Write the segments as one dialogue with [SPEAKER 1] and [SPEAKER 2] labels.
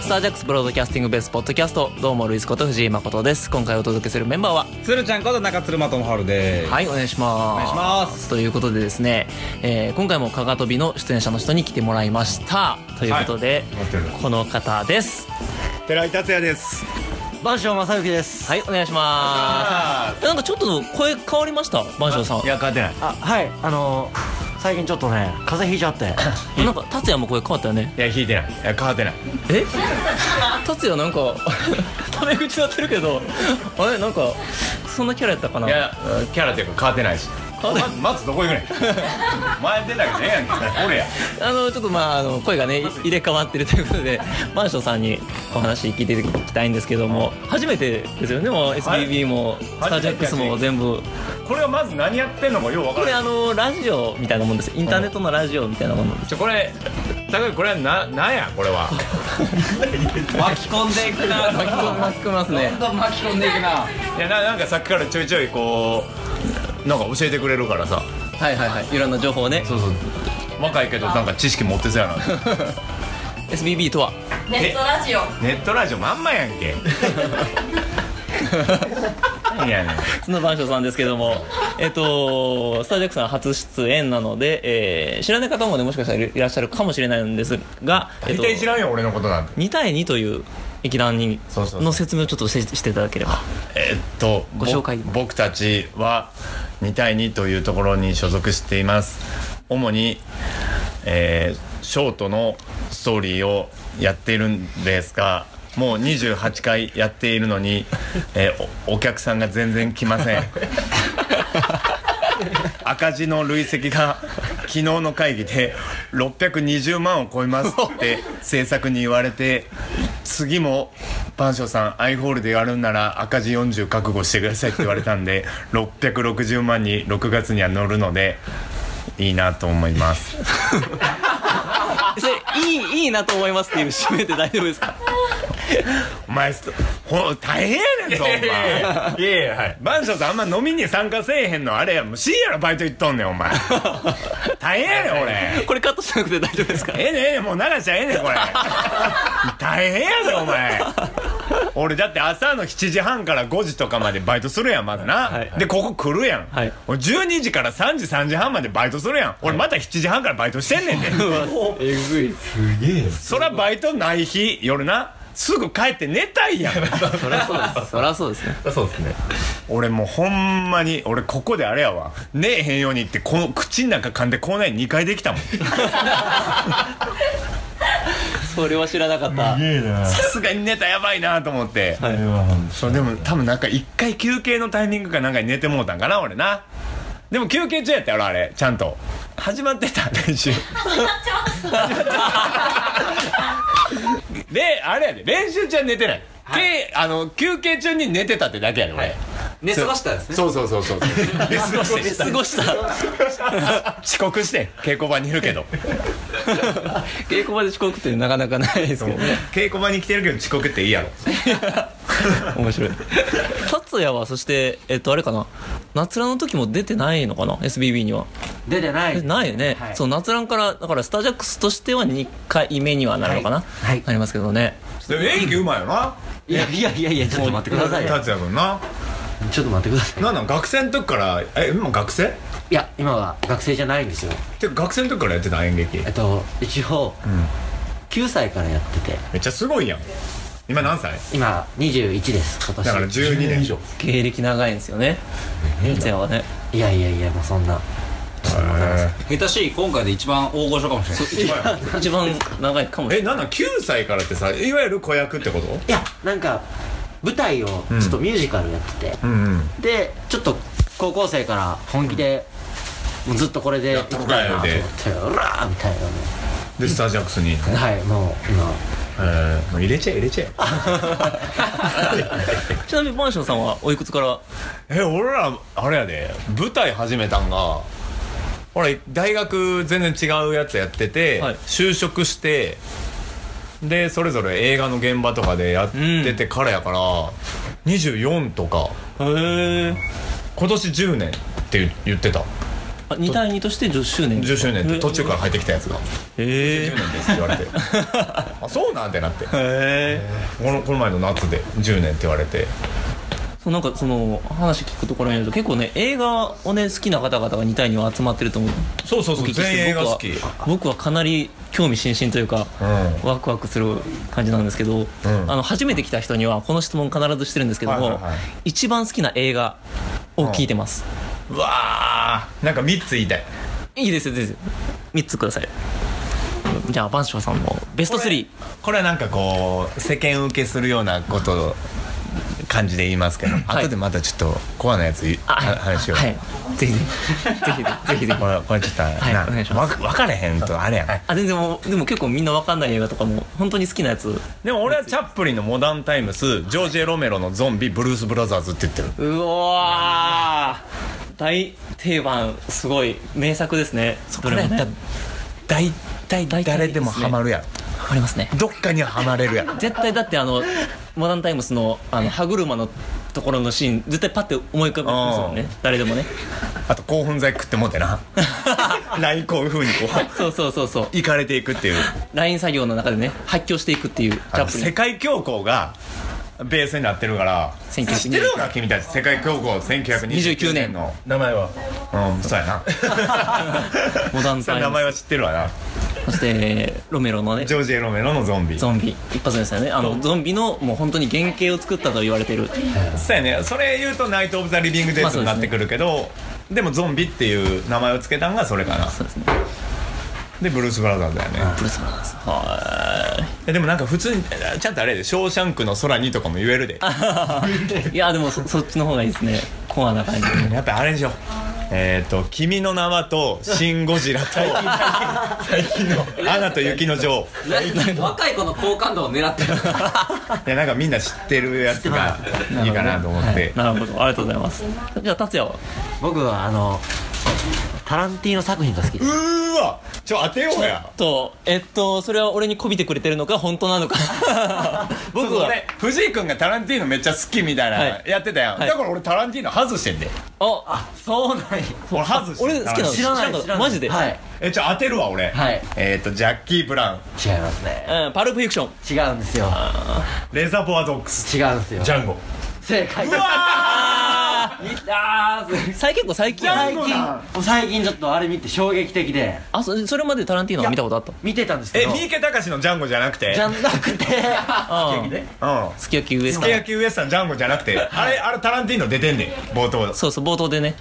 [SPEAKER 1] スタージャックスブロードキャスティングベースポッドキャストどうもルイスこと藤井誠です今回お届けするメンバーは
[SPEAKER 2] 鶴ちゃんこと中鶴間智春です
[SPEAKER 1] はいお願いしますお
[SPEAKER 2] 願いします
[SPEAKER 1] ということでですね、えー今回もかがとびの出演者の人に来てもらいましたということで、
[SPEAKER 2] はい待ってる
[SPEAKER 1] この方です
[SPEAKER 3] 寺井達也です
[SPEAKER 4] 番匠正幸です
[SPEAKER 1] はいお願いしますなんかちょっと声変わりました番匠さん
[SPEAKER 3] いや勝てない
[SPEAKER 4] あはいあのー、最近ちょっとね風邪ひいちゃって
[SPEAKER 1] なんか達也も声変わったよね
[SPEAKER 3] いや引いてないいや勝てない
[SPEAKER 1] え 達也なんか タメ口になってるけどあれなんかそんなキャラやったかない
[SPEAKER 3] やキャラっていうか勝てないし
[SPEAKER 1] 変わって
[SPEAKER 3] まずどこ行くねん前出たけどええやんけ俺や
[SPEAKER 1] あのちょっとまああの声がねい入れ替わってるということ でマンションさんにお話聞いていきたいんですけども初めてですよねもう SBB もスタージャックスも全部
[SPEAKER 3] これはまず何やってんのかよう分
[SPEAKER 1] こ
[SPEAKER 3] から
[SPEAKER 1] れ
[SPEAKER 3] ない
[SPEAKER 1] あのラジオみたいなもんですインターネットのラジオみたいなもんなんです
[SPEAKER 3] ちょこれ高木これはななんやこれは
[SPEAKER 2] 巻き込んでいくな
[SPEAKER 1] 巻き込巻き込みますね
[SPEAKER 2] どん巻き込んでいくない
[SPEAKER 3] やななんかさっきからちょいちょいこうなんか教えてくれるからさ
[SPEAKER 1] はいはいはいいろんな情報をね
[SPEAKER 3] そうそう若いけどなんか知識持ってそうやな
[SPEAKER 1] SBB とは
[SPEAKER 5] ネットラジオ
[SPEAKER 3] ネットラジオまんまやんけ何やねん
[SPEAKER 1] その番匠さんですけども、 えっと、スタージャックさん初出演なので、えー知らない方もね、もしかしたらいらっしゃるかもしれないんですが、えっ
[SPEAKER 3] 大
[SPEAKER 1] と、
[SPEAKER 3] 体知らんよ俺のことなんて
[SPEAKER 1] 2対2という劇団に
[SPEAKER 3] そうそうそう
[SPEAKER 1] の説明をちょっとししていただければ。
[SPEAKER 3] えっと
[SPEAKER 1] ご紹介
[SPEAKER 3] ぼ僕たちは2対2というところに所属しています主に、えーショートのストーリーをやっているんですがもう28回やっているのに、えーおお客さんが全然来ません赤字の累積が 昨日の会議で620万を超えますって制作に言われて次も番匠さんアイホールでやるんなら赤字40覚悟してくださいって言われたんで660万に6月には乗るのでいいなと思います
[SPEAKER 1] それ、いい、いいなと思いますっていう締めて大丈夫 ですか
[SPEAKER 3] お前すほ大変やねんぞお前いやいやはい番匠さんあんま飲みに参加せえへんのあれやもう深夜のバイト行っとんねんお 前大変やねん俺
[SPEAKER 1] これカットしなくて大丈夫ですか
[SPEAKER 3] ええねんええねんもう流しちゃええね んこれ大変やぞお前俺だって朝の7時半から5時とかまでバイトするやんまだな、
[SPEAKER 1] はいはい
[SPEAKER 3] でここ来るやん、
[SPEAKER 1] はい
[SPEAKER 3] 俺12時から3時3時半までバイトするやん俺また7時半からバイトしてんね んで
[SPEAKER 1] えぐい。
[SPEAKER 3] そらバイトない日夜なすぐ帰って寝た いやん
[SPEAKER 1] そりゃそうです。そりゃそうですね。
[SPEAKER 2] そうですね
[SPEAKER 3] 俺もうほんまに俺ここであれやわ寝えへんようにってこの口の中噛んで口内2回できたもん
[SPEAKER 1] それは知らなかった。
[SPEAKER 3] さすがに寝たやばいなと思ってそうでも多分なんか一回休憩のタイミングかなんかに寝てもうたんかな俺なでも休憩中やったやろあれちゃんと始まってた練 習であれやで練習中は寝てない、けあの休憩中に寝てたってだけやで俺、
[SPEAKER 2] 寝過ごしたんですね
[SPEAKER 3] そうそうそうそう 寝過ごして
[SPEAKER 1] 過ごした。
[SPEAKER 3] 遅刻してん稽古場にいるけど
[SPEAKER 1] 稽古場で遅刻ってなかなかないですけどね。
[SPEAKER 3] 稽古場に来てるけど遅刻っていいやろ
[SPEAKER 1] 面白い。達也は、そして、えっと、あれかな。夏らの時も出てないのかな ?SBB には。
[SPEAKER 4] 出てな
[SPEAKER 1] え
[SPEAKER 4] い
[SPEAKER 1] ないよね、
[SPEAKER 4] はい
[SPEAKER 1] そう夏ランからだからスタージャックスとしては2回目にはなるのかな、
[SPEAKER 4] はいはい
[SPEAKER 1] なりますけどね
[SPEAKER 3] でも演技うまいよない
[SPEAKER 4] やいやいやいやちょっと待ってくださいよ
[SPEAKER 3] 達也君な
[SPEAKER 4] ちょっと待ってください
[SPEAKER 3] なんなん学生の時からえ今学生
[SPEAKER 4] いや今は学生じゃないんですよ
[SPEAKER 3] てか学生の時からやってた演劇
[SPEAKER 4] えっと一応、9歳からやってて
[SPEAKER 3] めっちゃすごいやん今何歳
[SPEAKER 4] 今21です今年
[SPEAKER 3] だから12年以上
[SPEAKER 1] 芸歴長いんですよね達也はね
[SPEAKER 4] いやいやいやもうそんな
[SPEAKER 2] 下手しい今回で一番大御所かもしれない
[SPEAKER 1] 一番長いかもしれ
[SPEAKER 3] えなんなん9歳からってさいわゆる子役ってこと
[SPEAKER 4] いやなんか舞台をちょっとミュージカルやってて、
[SPEAKER 3] うんうん
[SPEAKER 4] でちょっと高校生から本気で、もうずっとこれで
[SPEAKER 3] やっとこうかよ
[SPEAKER 4] 行きたいなと思ってうらーみたいなね
[SPEAKER 3] でスタージャックスに
[SPEAKER 4] はいもう今
[SPEAKER 3] えーもう入れちゃえ入れちゃえ
[SPEAKER 1] ないちなみにマンションさんはおいくつから
[SPEAKER 3] え俺らあれやで舞台始めたんが俺大学全然違うやつやってて、
[SPEAKER 1] はい
[SPEAKER 3] 就職してでそれぞれ映画の現場とかでやっててからやから、24とか
[SPEAKER 1] へえ
[SPEAKER 3] 今年10年って言ってた
[SPEAKER 1] あ2対2として10周年
[SPEAKER 3] 10周年って途中からら入ってきたやつが
[SPEAKER 1] え
[SPEAKER 3] 10年ですって言われ てあそうなんてなってこ
[SPEAKER 1] ええ
[SPEAKER 3] のこの前の夏で10年って言われて
[SPEAKER 1] そうなんかその話聞くところによると結構ね映画をね好きな方々が2対2は集まってると思う
[SPEAKER 3] そうそう
[SPEAKER 1] お聞
[SPEAKER 3] そう
[SPEAKER 1] きして
[SPEAKER 3] 全員映画好き
[SPEAKER 1] 僕は僕はかなり興味津々というか、
[SPEAKER 3] うん
[SPEAKER 1] ワクワクする感じなんですけど、あの初めて来た人にはこの質問必ずしてるんですけども、
[SPEAKER 3] はいはいはい
[SPEAKER 1] 一番好きな映画を聞いてます、
[SPEAKER 3] うわーなんか3つ言いたい
[SPEAKER 1] いいですよ全然3つくださいじゃあ番匠さんのベスト3
[SPEAKER 3] これはなんかこう世間受けするようなこと感じで言いますけど、
[SPEAKER 1] い
[SPEAKER 3] 後でまたちょっとコアなやつい
[SPEAKER 1] あ
[SPEAKER 3] は話を、
[SPEAKER 1] はいぜひぜひぜひぜひぜひ
[SPEAKER 3] これこれちょっと、
[SPEAKER 1] い
[SPEAKER 3] な
[SPEAKER 1] お願いします
[SPEAKER 3] わ分かれへんとあれやん
[SPEAKER 1] あ全然もうでも結構みんなわかんない映画とかも本当に好きなやつ
[SPEAKER 3] でも俺はチャップリンの「モダンタイムス」ジョージ・エロメロの「ゾンビ」「ブルース・ブラザーズ」って言ってる
[SPEAKER 1] うわー大定番すごい名作ですねどれもね
[SPEAKER 3] 大体誰でもハマるやん
[SPEAKER 1] わかりますね
[SPEAKER 3] どっかにはハマれるやん
[SPEAKER 1] 絶対だってあのモダンタイムスのあの歯車のところのシーン絶対パッて思い浮かびますもんね誰でもね
[SPEAKER 3] あと興奮剤食ってもうて な LINE こういうふうにこう
[SPEAKER 1] そうそうそうそう
[SPEAKER 3] 行かれていくっていう
[SPEAKER 1] ライン作業の中でね発狂していくっていうチ
[SPEAKER 3] あ
[SPEAKER 1] ャ
[SPEAKER 3] の
[SPEAKER 1] ップ
[SPEAKER 3] 世
[SPEAKER 1] リン
[SPEAKER 3] 界恐慌がベースになってるから知
[SPEAKER 1] 1929
[SPEAKER 3] ってるのか君たち世界恐慌1929年の
[SPEAKER 5] 名前は
[SPEAKER 3] うんそうやな
[SPEAKER 1] モダン
[SPEAKER 3] そ
[SPEAKER 1] タ
[SPEAKER 3] れ
[SPEAKER 1] イ
[SPEAKER 3] 名
[SPEAKER 1] ム
[SPEAKER 3] 前は知ってるわな
[SPEAKER 1] スそしてロメロのね
[SPEAKER 3] ジョージ・エロメロのゾンビ
[SPEAKER 1] ゾンビ一発ですよねあのゾンビのもう本当に原型を作ったと言われてる
[SPEAKER 3] そうやねそれ言うと「ナイト・オブ・ザ・リビング・デ
[SPEAKER 1] ま
[SPEAKER 3] ッ
[SPEAKER 1] あ
[SPEAKER 3] ド」
[SPEAKER 1] そう
[SPEAKER 3] に
[SPEAKER 1] ですね
[SPEAKER 3] なってくるけどでもゾンビっていう名前を付けたんがそれかな
[SPEAKER 1] そうですね
[SPEAKER 3] でブルース・ブラザーズだよね
[SPEAKER 1] ブルース・ブラザーズは
[SPEAKER 3] えでもなんか普通にちゃんとあれやで「ショーシャンクの空に」とかも言えるで
[SPEAKER 1] ーいいやでもそそっちの方がいいですねコアな感じ
[SPEAKER 3] やっぱあれにしようえっ、ー、と「君の名は」と「シン・ゴジラ」と「アナと雪の女王」
[SPEAKER 2] 若い子の好感度を狙ってる
[SPEAKER 3] いやなんかみんな知ってるやつがいいかなと思って、
[SPEAKER 1] なるほどありがとうございますじゃあ達也は
[SPEAKER 4] 僕はあのタランティーノ作品が好きで
[SPEAKER 3] う
[SPEAKER 4] す
[SPEAKER 3] ーわちょ当てようや
[SPEAKER 1] とえっとそれは俺にこびてくれてるのか本当なのか 僕
[SPEAKER 3] そう
[SPEAKER 1] は
[SPEAKER 3] 俺藤井君がタランティーノめっちゃ好きみたい
[SPEAKER 1] は
[SPEAKER 3] ないやってたやん、
[SPEAKER 1] はい
[SPEAKER 3] だから俺タランティーノ外してんで
[SPEAKER 1] あ
[SPEAKER 4] そうなんや
[SPEAKER 3] 俺外してん
[SPEAKER 1] 俺好きなの
[SPEAKER 4] 知らない
[SPEAKER 1] んか
[SPEAKER 4] 知らない
[SPEAKER 1] マジで、
[SPEAKER 4] はい
[SPEAKER 3] えちょ当てるわ俺、
[SPEAKER 4] はい
[SPEAKER 3] えっ、ー、とジャッキー・ブラウン
[SPEAKER 4] 違いますね
[SPEAKER 1] うん、パルプフィクション
[SPEAKER 4] 違うんですよ
[SPEAKER 3] レザーボア・ドックス
[SPEAKER 4] 違うんですよ
[SPEAKER 3] ジャンゴ
[SPEAKER 4] 正解う
[SPEAKER 1] あ
[SPEAKER 4] あー
[SPEAKER 1] 最結構最近
[SPEAKER 4] 最近最近ちょっとあれ見て衝撃的で
[SPEAKER 1] あそそれまでタランティーノは見たことあった
[SPEAKER 4] 見てたんですけ
[SPEAKER 3] え
[SPEAKER 4] ど
[SPEAKER 3] 三池隆のジャンゴじゃなくて
[SPEAKER 4] じゃなくて
[SPEAKER 1] ああ
[SPEAKER 3] うん
[SPEAKER 1] すき焼き上
[SPEAKER 3] す
[SPEAKER 1] か
[SPEAKER 3] き
[SPEAKER 1] ら
[SPEAKER 3] 焼きウエスタンジャンゴじゃなくてあれあれタランティーノ出てんねん冒頭
[SPEAKER 1] そうそう冒頭でね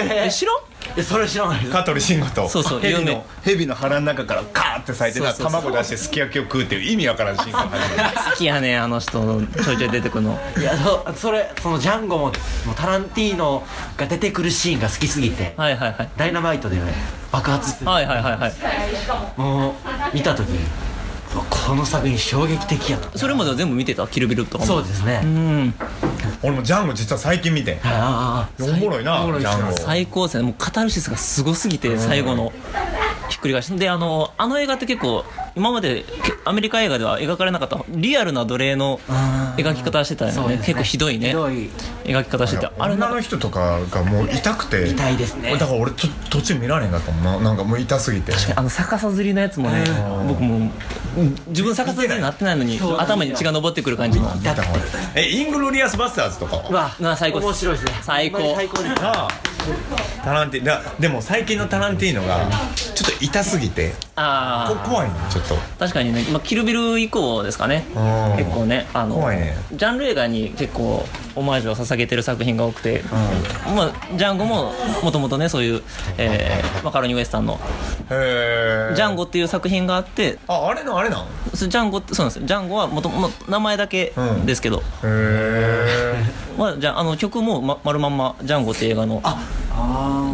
[SPEAKER 1] え知らん
[SPEAKER 4] えそれ知らないです
[SPEAKER 3] 香取慎吾と
[SPEAKER 1] そうそう
[SPEAKER 3] 蛇
[SPEAKER 1] 有名
[SPEAKER 3] の蛇の腹の中からカーって咲いて
[SPEAKER 1] そ
[SPEAKER 3] た
[SPEAKER 1] うそうそう
[SPEAKER 3] 卵出してすき焼きを食うっていう意味わからんシーンが始まる
[SPEAKER 1] 好きやねあの人のちょいちょい出てくるの
[SPEAKER 4] いやそそれそのジャンゴももうタランティーノが出てくるシーンが好きすぎて
[SPEAKER 1] はいはいはい
[SPEAKER 4] ダイナマイトでね爆発する
[SPEAKER 1] はいはいはいはい
[SPEAKER 4] もう見た時うわこの作品衝撃的やと
[SPEAKER 1] それまでは全部見てたキルビルとかも
[SPEAKER 4] そうですね
[SPEAKER 1] うん
[SPEAKER 3] 俺もジャンゴ実は最近見てん
[SPEAKER 4] はいあ
[SPEAKER 3] おもろいなジャンゴ
[SPEAKER 1] 最高ですねもうカタルシスがすごすぎて最後のひっくり返しであのあの映画って結構今までけアメリカ映画では描かれなかったリアルな奴隷の描き方してたよ
[SPEAKER 4] ああ
[SPEAKER 1] ね結構ひどいね
[SPEAKER 4] ひどい
[SPEAKER 1] 描き方しててあれ
[SPEAKER 3] 女
[SPEAKER 1] な
[SPEAKER 3] の人とかがもう痛くて
[SPEAKER 4] 痛いですね
[SPEAKER 3] だから俺ちょ途中見られへんかったもんななんかもう痛すぎて
[SPEAKER 1] あの逆さ吊りのやつもね僕もうん自分逆さ吊りになってないのに
[SPEAKER 4] そうなんですよ
[SPEAKER 1] 頭に血が上ってくる感じの
[SPEAKER 4] 痛くて
[SPEAKER 3] えイングロリアス・バスターズとか
[SPEAKER 4] うわ
[SPEAKER 1] うわ最高です
[SPEAKER 4] 面白いですね
[SPEAKER 1] 最高
[SPEAKER 4] ほんまに最高です
[SPEAKER 3] なあタランティーノだでも最近のタランティーノがちょっと痛すぎてこ
[SPEAKER 1] ああ
[SPEAKER 3] 怖いねちょっと
[SPEAKER 1] 確かにね、まあ、キルビル以降ですかね
[SPEAKER 3] うん
[SPEAKER 1] 結構ねあの
[SPEAKER 3] 怖いね
[SPEAKER 1] ジャンル映画に結構オマージュを捧げてる作品が多くて、まあ、ジャンゴももともとねそういう、えーマカロニウエスタンの
[SPEAKER 3] へ
[SPEAKER 1] 「
[SPEAKER 3] え
[SPEAKER 1] ジャンゴ」っていう作品があって
[SPEAKER 3] ああれのあれなんへ
[SPEAKER 1] そジャンゴってそうなんですよジャンゴはもとも名前だけですけど、
[SPEAKER 3] え
[SPEAKER 1] まあ、じゃああの曲も、ま、丸まんま「ジャンゴ」って映画の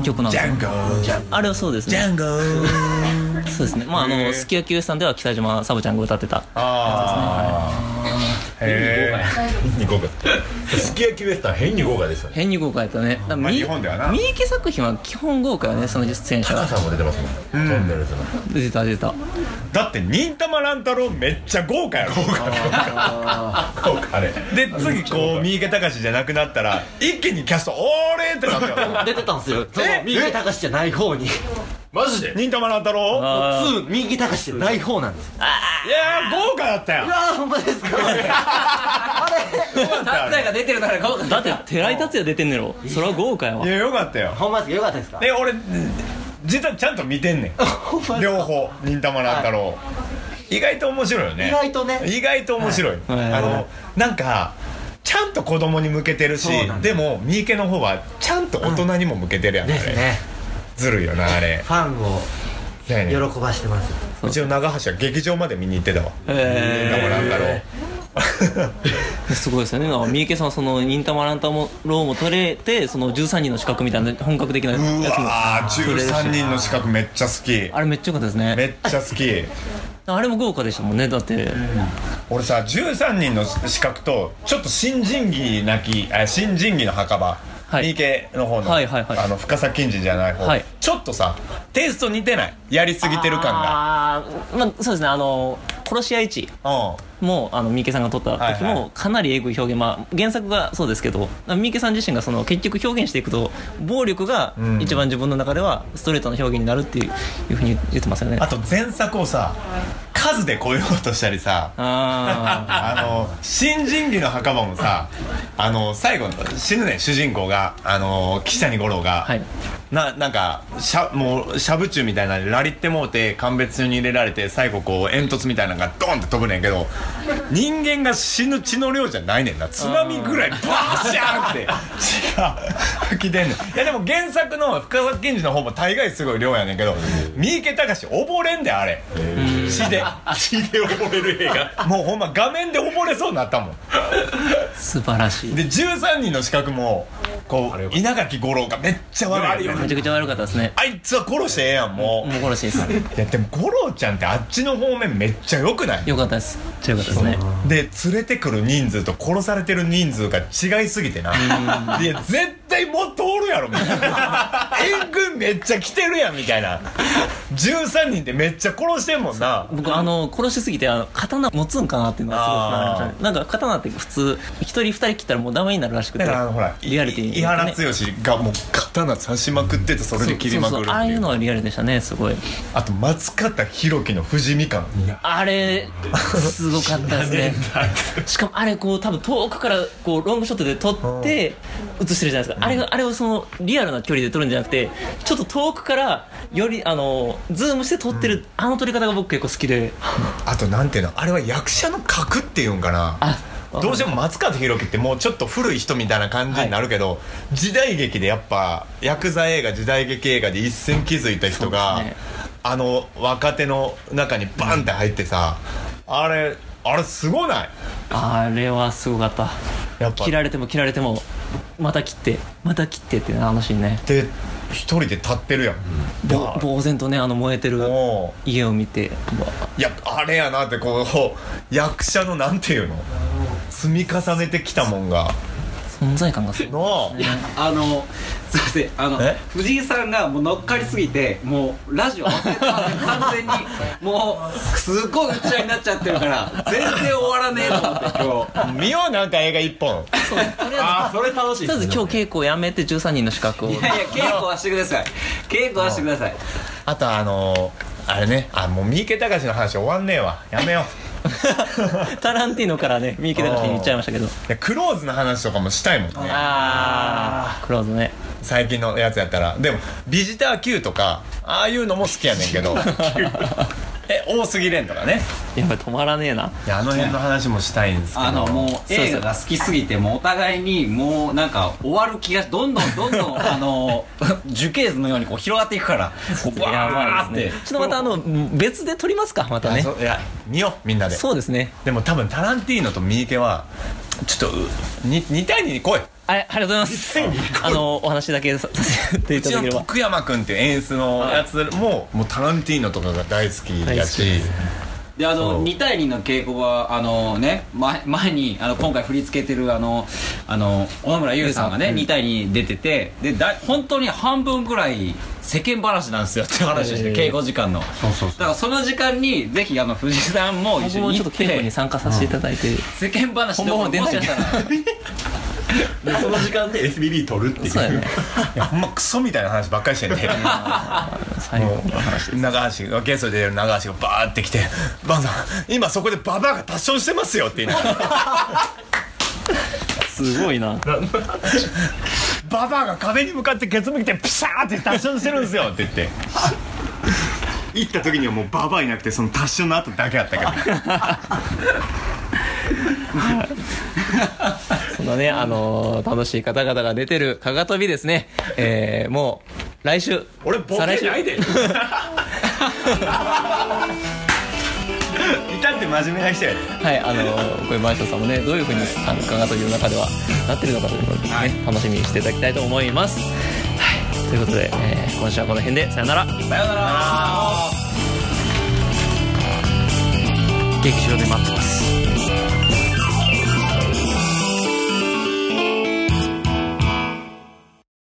[SPEAKER 1] 曲なん
[SPEAKER 3] ジ
[SPEAKER 1] です
[SPEAKER 3] ャ
[SPEAKER 1] よ
[SPEAKER 3] ンゴ
[SPEAKER 1] あれはそうです
[SPEAKER 3] ジ
[SPEAKER 1] ね
[SPEAKER 3] ャンゴ
[SPEAKER 1] そうですねまああ
[SPEAKER 3] へ
[SPEAKER 1] の
[SPEAKER 3] ー
[SPEAKER 1] すき焼きウエスタンでは北島サブちゃんが歌ってた
[SPEAKER 3] ああへえ
[SPEAKER 6] に豪華すき焼きウエスタン変に豪華ですよね
[SPEAKER 1] 変に豪華やったねだから
[SPEAKER 3] まあ
[SPEAKER 1] み
[SPEAKER 3] 日本ではな
[SPEAKER 1] 三池作品は基本豪華やねその出演者
[SPEAKER 6] 高
[SPEAKER 1] は
[SPEAKER 6] さんも出てますもんトンネルズの
[SPEAKER 1] 出てた出てた
[SPEAKER 3] だって忍たま乱太郎めっちゃ豪華やろ
[SPEAKER 6] 豪華あれ
[SPEAKER 3] で次こう三池隆じゃなくなったら一気にキャスト「おーれ!」ってなったよ
[SPEAKER 4] 出てたん ですよその右隆じゃない方に
[SPEAKER 6] マジで
[SPEAKER 3] 忍たま乱太郎
[SPEAKER 4] 普通右隆じゃない方なんですよ
[SPEAKER 3] いやー豪華だったよ
[SPEAKER 4] ああほんまですかあれ
[SPEAKER 2] 達也が出てるなら豪華
[SPEAKER 1] だって寺井達也出てんねやろそれは豪華やわ
[SPEAKER 3] いやよかったよ
[SPEAKER 4] ほんまですかよかったですか
[SPEAKER 3] で俺実はちゃんと見てんね
[SPEAKER 4] ほんま
[SPEAKER 3] ん
[SPEAKER 4] です
[SPEAKER 3] 両方忍たま乱太郎意外と面白いよね
[SPEAKER 4] 意外とね
[SPEAKER 3] 意外と面白い
[SPEAKER 1] はい
[SPEAKER 3] あ
[SPEAKER 1] は
[SPEAKER 3] のなんかちゃんと子供に向けてるし
[SPEAKER 4] そうなんだ
[SPEAKER 3] でも三池の方はちゃんと大人にも向けてるやんあ
[SPEAKER 4] です
[SPEAKER 3] れ
[SPEAKER 4] ね
[SPEAKER 3] ずるいよなあれ
[SPEAKER 4] ファンを
[SPEAKER 3] だよね
[SPEAKER 4] 喜ばしてます
[SPEAKER 3] うちの長橋は劇場まで見に行ってたわ
[SPEAKER 1] え
[SPEAKER 3] だ
[SPEAKER 1] ー
[SPEAKER 3] からなんだろう
[SPEAKER 1] すごいですよねなんか三池さんその忍たま乱太郎も取れてその13人の資格みたいな本格的なやつも
[SPEAKER 3] うわー
[SPEAKER 1] 取れるし
[SPEAKER 3] 13人の資格めっちゃ好き
[SPEAKER 1] あれめっちゃ良かったですね
[SPEAKER 3] めっちゃ好き
[SPEAKER 1] あれも豪華でしたもんねだって
[SPEAKER 3] 俺さ13人の資格とちょっと新人技なきあ新人技の墓場、
[SPEAKER 1] はい
[SPEAKER 3] 三池の方の,、
[SPEAKER 1] はいはいはい
[SPEAKER 3] あの深さ金次じゃない方、
[SPEAKER 1] はい
[SPEAKER 3] ちょっとさテイスト似てないやりすぎてる感
[SPEAKER 1] ああまあそうですねあの殺し合い地
[SPEAKER 3] が
[SPEAKER 1] もあの三池さんが撮った時
[SPEAKER 3] はいは
[SPEAKER 1] もかなりえぐい表現、まあ、原作がそうですけど三池さん自身がその結局表現していくと暴力が一番自分の中ではストレートの表現になるっていう,、いうふうに言ってますよね
[SPEAKER 3] うんあと前作をさ数で超えようとしたりさ
[SPEAKER 1] あ
[SPEAKER 3] あの新人技の墓場もさあの最後死ぬね主人公があの岸谷五郎が、
[SPEAKER 1] はい
[SPEAKER 3] ななんかしゃもうしゃぶ中みたいなんでラリってもうて鑑別所に入れられて最後こう煙突みたいなのがドーンって飛ぶねんけど人間が死ぬ血の量じゃないねんな津波ぐらいバーシャーンって血が吹き出んねんいやでも原作の深作賢治の方も大概すごい量やねんけど三池隆溺れんであれ血で
[SPEAKER 6] 血で溺れる映画
[SPEAKER 3] もうほんま画面で溺れそうになったもん
[SPEAKER 1] あ素晴らしいめ
[SPEAKER 3] で13人の資格もこ
[SPEAKER 6] あれよ
[SPEAKER 3] う
[SPEAKER 6] かっ
[SPEAKER 3] 稲垣吾郎がめっちゃ悪いよね
[SPEAKER 1] ちゃくちゃ悪かったですね
[SPEAKER 3] あいつは殺してええやんもう
[SPEAKER 1] もう殺しです
[SPEAKER 3] いやでも五郎ちゃんってあっちの方面めっちゃ良くない
[SPEAKER 1] よかったですめっちゃよかったですね
[SPEAKER 3] で連れてくる人数と殺されてる人数が違いすぎてないや絶対もっとおるやろみたいな援軍めっちゃ来てるやんみたいな13人ってめっちゃ殺してんもんな
[SPEAKER 1] 僕あの殺しすぎてあの刀持つんかなっていうのがすごい不安でしたねなんか刀って普通一人二人切ったらもうダメになるらしくて
[SPEAKER 3] だからあのほら
[SPEAKER 1] リアリティに
[SPEAKER 3] 井原剛がもう刀刺しまくっててそれで切りまくるって
[SPEAKER 1] ああい
[SPEAKER 3] いうう
[SPEAKER 1] のはリアルでしたねすごい
[SPEAKER 3] あと松方弘樹の富士みかん
[SPEAKER 1] あれすごかったですねしかもあれこう多分遠くからこうロングショットで撮って写してるじゃないですかあれがあれをそのリアルな距離で撮るんじゃなくてちょっと遠くからよりあのズームして撮ってるあの撮り方が僕結構好きで
[SPEAKER 3] あとなんていうのあれは役者の格っていうんかな
[SPEAKER 1] あ
[SPEAKER 3] どうしても松方弘樹ってもうちょっと古い人みたいな感じになるけど、時代劇でやっぱヤクザ映画時代劇映画で一線築いた人が、
[SPEAKER 1] そうですね
[SPEAKER 3] あの若手の中にバンって入ってさ、あれあれすごない
[SPEAKER 1] あれはすごかった
[SPEAKER 3] やっぱ
[SPEAKER 1] 切られても切られてもまた切ってまた切ってってねあのシーンね
[SPEAKER 3] で一人で立ってるやん、
[SPEAKER 1] ぼ呆然とねあの燃えてる
[SPEAKER 3] も
[SPEAKER 1] 家を見て
[SPEAKER 3] ういやあれやなってこう役者のなんていうの積み重ねてきたもんが
[SPEAKER 1] 存在感がすごい
[SPEAKER 3] の
[SPEAKER 2] あのすいませんあの
[SPEAKER 3] え
[SPEAKER 2] 藤井さんがもう乗っかりすぎてもうラジオ忘れてますね完 全にもうすっごい打ち合いになっちゃってるから全然終わらねえと思って今日
[SPEAKER 3] 見ようなんか映画一本
[SPEAKER 6] あそれ楽しい
[SPEAKER 1] とりあえず今日稽古をやめて13人の資格を
[SPEAKER 2] いやいや稽古はしてください稽古はしてください
[SPEAKER 3] あとあのー、あれねあもう三池隆の話終わんねえわやめよう
[SPEAKER 1] タランティーノからね三池隆に言っちゃいましたけど
[SPEAKER 3] いやクローズの話とかもしたいもんね
[SPEAKER 1] あークローズね
[SPEAKER 3] 最近のやつやったらでもビジター Q とかああいうのも好きやねんけど え多すぎれんとかね
[SPEAKER 1] やっぱり止まらねえない
[SPEAKER 3] やあの辺の話もしたいんですけど
[SPEAKER 2] あのもう
[SPEAKER 1] うそう
[SPEAKER 2] 映画が好きすぎてもうお互いにもうなんか終わる気がどんどんどんどんあ の樹形図のようにこう広がっていくからこう
[SPEAKER 1] や
[SPEAKER 2] わ
[SPEAKER 1] ば
[SPEAKER 2] ー
[SPEAKER 1] い
[SPEAKER 2] っ
[SPEAKER 1] で
[SPEAKER 2] て
[SPEAKER 1] すねちょっとまたあの別で撮りますかまた
[SPEAKER 3] あ
[SPEAKER 1] ね
[SPEAKER 3] そういや見ようみんなで
[SPEAKER 1] そうですね
[SPEAKER 3] でも多分タランティーノと三池はちょっとうに2対2に来い
[SPEAKER 1] あれありがとうございますあのお話だけさせていうた
[SPEAKER 3] ち
[SPEAKER 1] だ
[SPEAKER 3] の
[SPEAKER 1] ければ
[SPEAKER 3] 徳山君っていう演出のやつも、もうタランティーノとかが大好きだし、
[SPEAKER 1] 大好きで
[SPEAKER 2] であの2対2の稽古はあのね前前にあの今回振り付けてるあのあの小野村優さんがね2対2出ててでだ本当に半分ぐらい世間話なんですよっていう話をして稽古時間のだからその時間にぜひあの藤井さんも一
[SPEAKER 1] 僕
[SPEAKER 2] 緒
[SPEAKER 1] も
[SPEAKER 2] に
[SPEAKER 1] ちょ
[SPEAKER 2] 行
[SPEAKER 1] っと
[SPEAKER 2] っ
[SPEAKER 1] 稽古に
[SPEAKER 2] て
[SPEAKER 1] 参加させていただいて、
[SPEAKER 2] 世間話でも
[SPEAKER 1] 本番
[SPEAKER 2] も
[SPEAKER 1] は
[SPEAKER 2] し
[SPEAKER 1] 出
[SPEAKER 2] か
[SPEAKER 1] ない
[SPEAKER 2] したら
[SPEAKER 7] でその時間で SBB 撮るっていう
[SPEAKER 1] そうやね
[SPEAKER 3] いやほんまクソみたいな話ばっかり してんで
[SPEAKER 1] 最後
[SPEAKER 3] 長橋がゲストで出る長橋がバーって来て「バンさん今そこでババアが達成してますよ」って言いながら
[SPEAKER 1] すごいな
[SPEAKER 3] 「 ババアが壁に向かってケツ向けてピシャーって達成してるんですよ」って言って 行った時にはもうババアいなくてその達成の後だけあったけど
[SPEAKER 1] そんなね、あのー楽しい方々が出てるかがとびですね、えー、もう来週
[SPEAKER 7] 俺ボケ
[SPEAKER 1] 再来週
[SPEAKER 7] ない で
[SPEAKER 3] いたって真面目な人やで
[SPEAKER 1] はいあのーこれマンションさんもねどういうふうにあのかがとびの中ではなってるのかということですね、楽しみにしていただきたいと思います、はい、ということで、えー今週はこの辺でさよなら
[SPEAKER 8] 劇場で待ってます